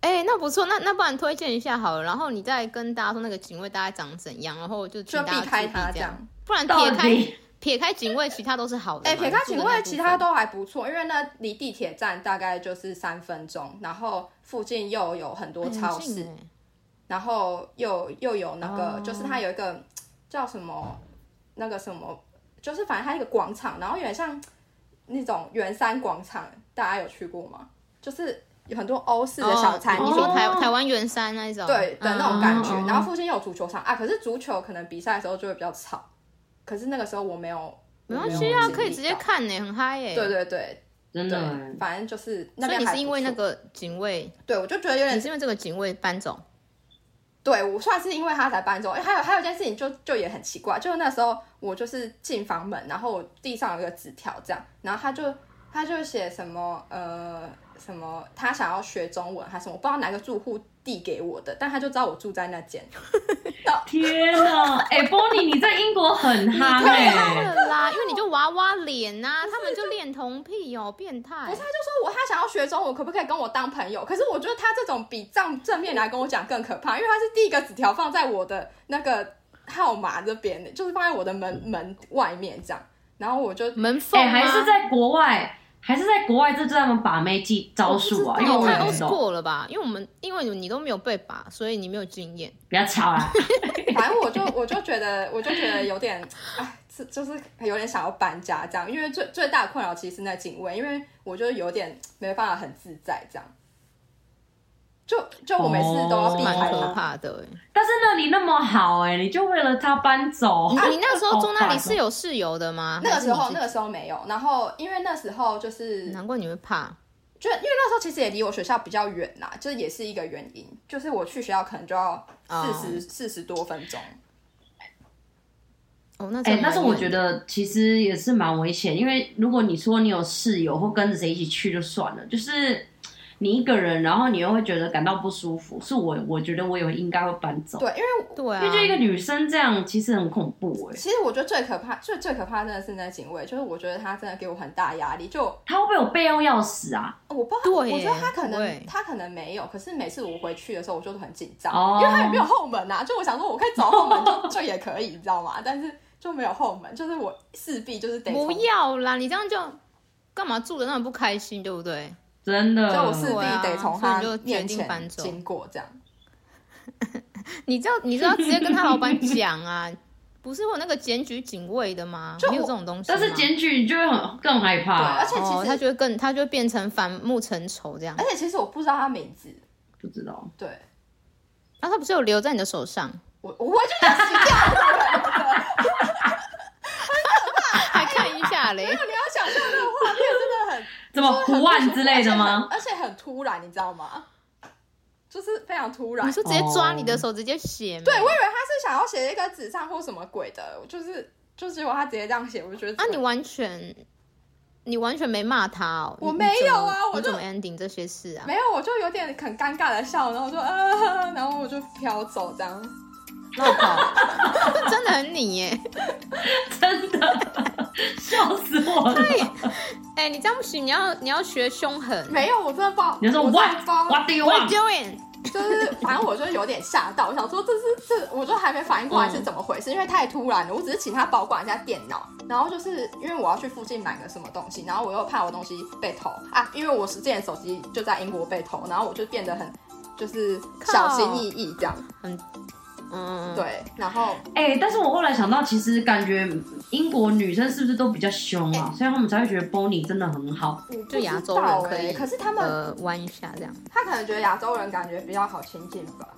Speaker 2: 哎、那不错，那那不然推荐一下好了，然后你再跟大家说那个警卫大概长怎样，然后就请
Speaker 3: 就避
Speaker 2: 大家
Speaker 3: 开
Speaker 2: 注意
Speaker 3: 他
Speaker 2: 这
Speaker 3: 这样
Speaker 2: 样，不然
Speaker 1: 到
Speaker 2: 撇开
Speaker 1: 底
Speaker 2: 撇开警卫，其他都是好的嘛。
Speaker 3: 哎、撇开
Speaker 2: 住的
Speaker 3: 警
Speaker 2: 那
Speaker 3: 卫，
Speaker 2: 部分
Speaker 3: 其他都还不错，因为那离地铁站大概就是三分钟，然后附近又有很多
Speaker 2: 哎很
Speaker 3: 超市，
Speaker 2: 近哎
Speaker 3: 然后又又有那个，
Speaker 2: 哦
Speaker 3: 就是它有一个叫什么那个什么，就是反正它一个广场，然后有点像那种圆山广场，大家有去过吗？就是有很多欧式的小餐
Speaker 2: 哦
Speaker 3: 厅。
Speaker 2: 你说台、
Speaker 1: 哦
Speaker 2: 台湾圆山那一种，
Speaker 3: 对的那种
Speaker 2: 嗯
Speaker 3: 感觉，
Speaker 1: 嗯嗯
Speaker 3: 然后附近又有足球场啊，可是足球可能比赛的时候就会比较吵，可是那个时候我没有，
Speaker 2: 没
Speaker 3: 我
Speaker 2: 关
Speaker 3: 有
Speaker 2: 系啊，
Speaker 3: 经
Speaker 2: 可以
Speaker 3: 历
Speaker 2: 直接
Speaker 3: 到。
Speaker 2: 看呢、很嗨耶、
Speaker 3: 对对对
Speaker 1: 真的
Speaker 3: 对，
Speaker 1: 欸，
Speaker 3: 反正就是那
Speaker 2: 所以
Speaker 3: 边
Speaker 2: 你
Speaker 3: 还
Speaker 2: 是因为
Speaker 3: 不
Speaker 2: 那
Speaker 3: 错，
Speaker 2: 个警卫，
Speaker 3: 对我就觉得有点
Speaker 2: 你是因为这个警卫搬走，
Speaker 3: 对我算是因为他才搬走。哎，还有还有一件事情就就也很奇怪，就是那时候我就是进房门，然后我地上有一个纸条这样，然后他就他就写什么呃什么他想要学中文还是什么，我不知道哪个住户递给我的，但他就知道我住在那间。
Speaker 1: 天哪！哎、b o n n i e 你在英国很夯
Speaker 2: 太
Speaker 1: 哎、
Speaker 3: 啊
Speaker 2: 好了啦，因为你就娃娃脸呐、他们就恋童癖哦，变态
Speaker 3: 不是，。他就说我他想要学中文，可不可以跟我当朋友？可是我觉得他这种比正正面来跟我讲更可怕，因为他是第一个纸条放在我的那个号码这边，就是放在我的门门外面这样。然后我就
Speaker 2: 门
Speaker 1: 哎、
Speaker 2: 缝吗
Speaker 1: 还是在国外，还是在国外，这就是他们把妹技招数啊，因为
Speaker 2: 你
Speaker 1: 我也
Speaker 2: 太
Speaker 1: 不
Speaker 2: old
Speaker 1: 懂。
Speaker 2: school 了吧？因为我们因为你都没有被拔，所以你没有经验。
Speaker 1: 不要吵啦，
Speaker 3: 反正我就我就觉得我就觉得有点哎，这就是有点想要搬家这样，因为最最大的困扰其实是那警卫，因为我就有点没办法很自在这样。就就我每次都要避
Speaker 2: 哦蛮
Speaker 3: 开
Speaker 2: 可
Speaker 3: 他，
Speaker 2: 怕的、欸
Speaker 1: 但是那里那么好哎、你就为了他搬走？
Speaker 2: 啊
Speaker 1: 哎
Speaker 2: 你那时候住那里是有室友的吗？
Speaker 3: 哦那个时
Speaker 2: 还
Speaker 3: 候
Speaker 2: 是你
Speaker 3: 那
Speaker 2: 自
Speaker 3: 个时候没有，然后因为那时候就是
Speaker 2: 己难怪你会怕。
Speaker 3: 就因为那时候其实也离我学校比较远啦，就是也是一个原因，就是我去学校可能就要四十四十多分钟。
Speaker 2: 哦，那
Speaker 1: 哎、
Speaker 2: 真的蛮
Speaker 1: 但是我觉
Speaker 2: 远
Speaker 1: 得其实也是蛮危险，因为如果你说你有室友或跟着谁一起去就算了，就是你一个人，然后你又会觉得感到不舒服，是我我觉得我也应该会搬走，
Speaker 3: 对，因为
Speaker 2: 对啊，
Speaker 1: 因为就一个女生这样其实很恐怖哎、
Speaker 3: 其实我觉得最可怕、最最可怕真的是那警卫，就是我觉得他真的给我很大压力。就
Speaker 1: 她会不会有备用钥匙啊？
Speaker 3: 我不知道，
Speaker 2: 对耶
Speaker 3: 我觉得他可能
Speaker 2: 对
Speaker 3: 他可能没有，可是每次我回去的时候，我就很紧张，
Speaker 1: 哦
Speaker 3: 因为他也没有后门啊。就我想说，我可以走后门就就也可以，你知道吗？但是就没有后门，就是我势必就是得从
Speaker 2: 不要啦，你这样就干嘛住的那么不开心，对不对？
Speaker 1: 真的，
Speaker 3: 就我势
Speaker 2: 对啊
Speaker 3: 必得从
Speaker 2: 所以
Speaker 3: 他
Speaker 2: 你就决
Speaker 3: 面
Speaker 2: 定搬
Speaker 3: 前
Speaker 2: 走
Speaker 3: 经过这样。
Speaker 2: 你知道，你知道直接跟他老
Speaker 3: [laughs]
Speaker 2: 板讲啊，不是有那个检举警卫的吗？
Speaker 3: 就
Speaker 2: 没有
Speaker 3: 我
Speaker 2: 这种东西
Speaker 1: 但
Speaker 2: 吗，
Speaker 1: 是检举你就会很更害怕、
Speaker 3: 对，而且
Speaker 2: 哦，
Speaker 3: 其
Speaker 2: 他
Speaker 3: 实、
Speaker 2: 就会更，他就会变成反目成仇这样
Speaker 3: 而。且其实我不知道他名字，
Speaker 1: 不知道。
Speaker 3: 对。
Speaker 2: 然后他不是有留在你的手上，
Speaker 3: 我我回去就洗掉了。
Speaker 2: 还看一下嘞。
Speaker 3: [laughs] [laughs] 你要想象那个画面真的很
Speaker 1: 怎么
Speaker 3: 很
Speaker 1: 胡
Speaker 3: 不
Speaker 1: 万
Speaker 3: 舒服
Speaker 1: 之类的吗？
Speaker 3: 而且很而且很突然，你知道吗？就是非常突然
Speaker 2: 你。说直接抓你的手，直接写没？
Speaker 3: 对，我以为他是想要写一个纸上或什么鬼的，我就是就是结果他直接这样写，我就觉得
Speaker 2: 啊，你完全，你完全没骂他哦。
Speaker 3: 我
Speaker 2: 你
Speaker 3: 没有啊我
Speaker 2: 你
Speaker 3: 就
Speaker 2: 怎么你怎么 ending 这些事啊？
Speaker 3: 没有，我就有点很尴尬的笑，然后我就 [laughs] 呃，然后我就飘走这样。
Speaker 2: 绕跑， [laughs] 真的很你耶！
Speaker 1: 真的， [laughs] 笑死我了！
Speaker 2: 哎、你这样不行，你要你要学凶狠。
Speaker 3: 没有，我真的不知道。
Speaker 1: 你就说
Speaker 3: 我真的
Speaker 1: What
Speaker 3: 不知道
Speaker 1: What do you
Speaker 2: What
Speaker 1: want？
Speaker 2: you doing？
Speaker 3: 就是反正我就有点吓到，我想说这是这，我就还没反应过来是怎么回事，因为太突然了。我只是请他保管一下电脑，然后就是因为我要去附近买个什么东西，然后我又怕我东西被偷啊，因为我之前手机就在英国被偷，然后我就变得很就是小心翼翼这样。
Speaker 2: 嗯，，
Speaker 3: 对，然后
Speaker 1: 哎、但是我后来想到，其实感觉英国女生是不是都比较凶啊？所以他们才会觉得 Bonnie 真的很好。
Speaker 3: 我不
Speaker 2: 就
Speaker 3: 知
Speaker 2: 亚洲
Speaker 3: 道
Speaker 2: 人可
Speaker 3: 欸
Speaker 2: 以，
Speaker 3: 可是他们、
Speaker 2: 呃弯一下这样。
Speaker 3: 他可能觉得亚洲人感觉比较好亲近吧。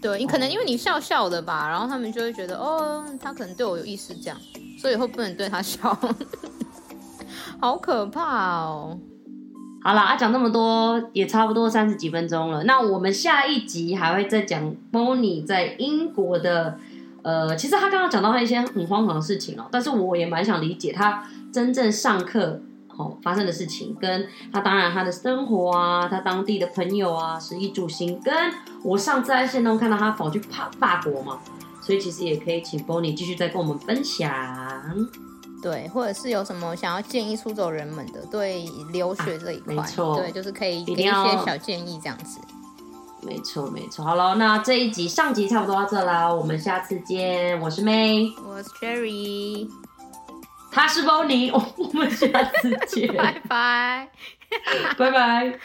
Speaker 2: 对你可能因为你笑笑的吧，然后他们就会觉得哦，他可能对我有意思这样，所以以后不能对他笑， [laughs] 好可怕哦！
Speaker 1: 好啦，啊，讲这么多也差不多三十几分钟了。那我们下一集还会再讲 Bonnie 在英国的，呃，其实他刚刚讲到他一些很荒唐的事情哦、但是我也蛮想理解他真正上课哦发生的事情，跟他当然他的生活啊，他当地的朋友啊，食衣住行，跟我上次在线动看到他跑去法法国嘛，所以其实也可以请 Bonnie 继续再跟我们分享。
Speaker 2: 对，或者是有什么想要建议出走人们的对留学这一块，
Speaker 1: 啊没错
Speaker 2: 对，就是可以
Speaker 1: 一定
Speaker 2: 给一些
Speaker 1: 要
Speaker 2: 小建议这样子。
Speaker 1: 没错，没错。好了，那这一集上集差不多到这啦，我们下次见。我是 May，
Speaker 2: 我是 [laughs] Cherry， [laughs]
Speaker 1: 他是 Bonnie，我我们下次见，
Speaker 2: 拜拜。
Speaker 1: 拜拜。